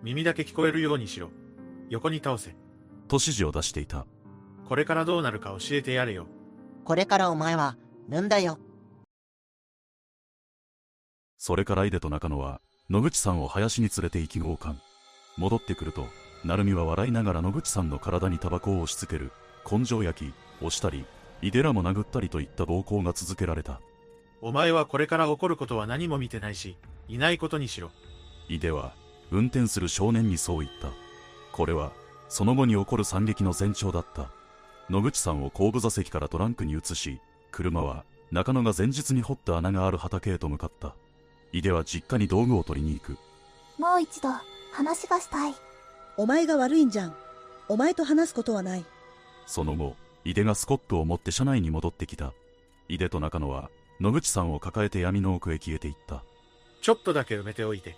耳だけ聞こえるようにしろ。横に倒せ。と指示を出していた。これからどうなるか教えてやれよ。これからお前は、なんだよ。それから井出と中野は、野口さんを林に連れて行き強姦。戻ってくると、成美は笑いながら野口さんの体にタバコを押し付ける、根性焼き、押したり、井出らも殴ったりといった暴行が続けられた。お前はこれから起こることは何も見てないし、いないことにしろ。井出は、運転する少年にそう言った。これは、その後に起こる惨劇の前兆だった。野口さんを後部座席からトランクに移し、車は、中野が前日に掘った穴がある畑へと向かった。井出は実家に道具を取りに行く。もう一度、話がしたい。お前が悪いんじゃん。お前と話すことはない。その後、井出がスコップを持って車内に戻ってきた。井出と中野は、野口さんを抱えて闇の奥へ消えていった。ちょっとだけ埋めておいて。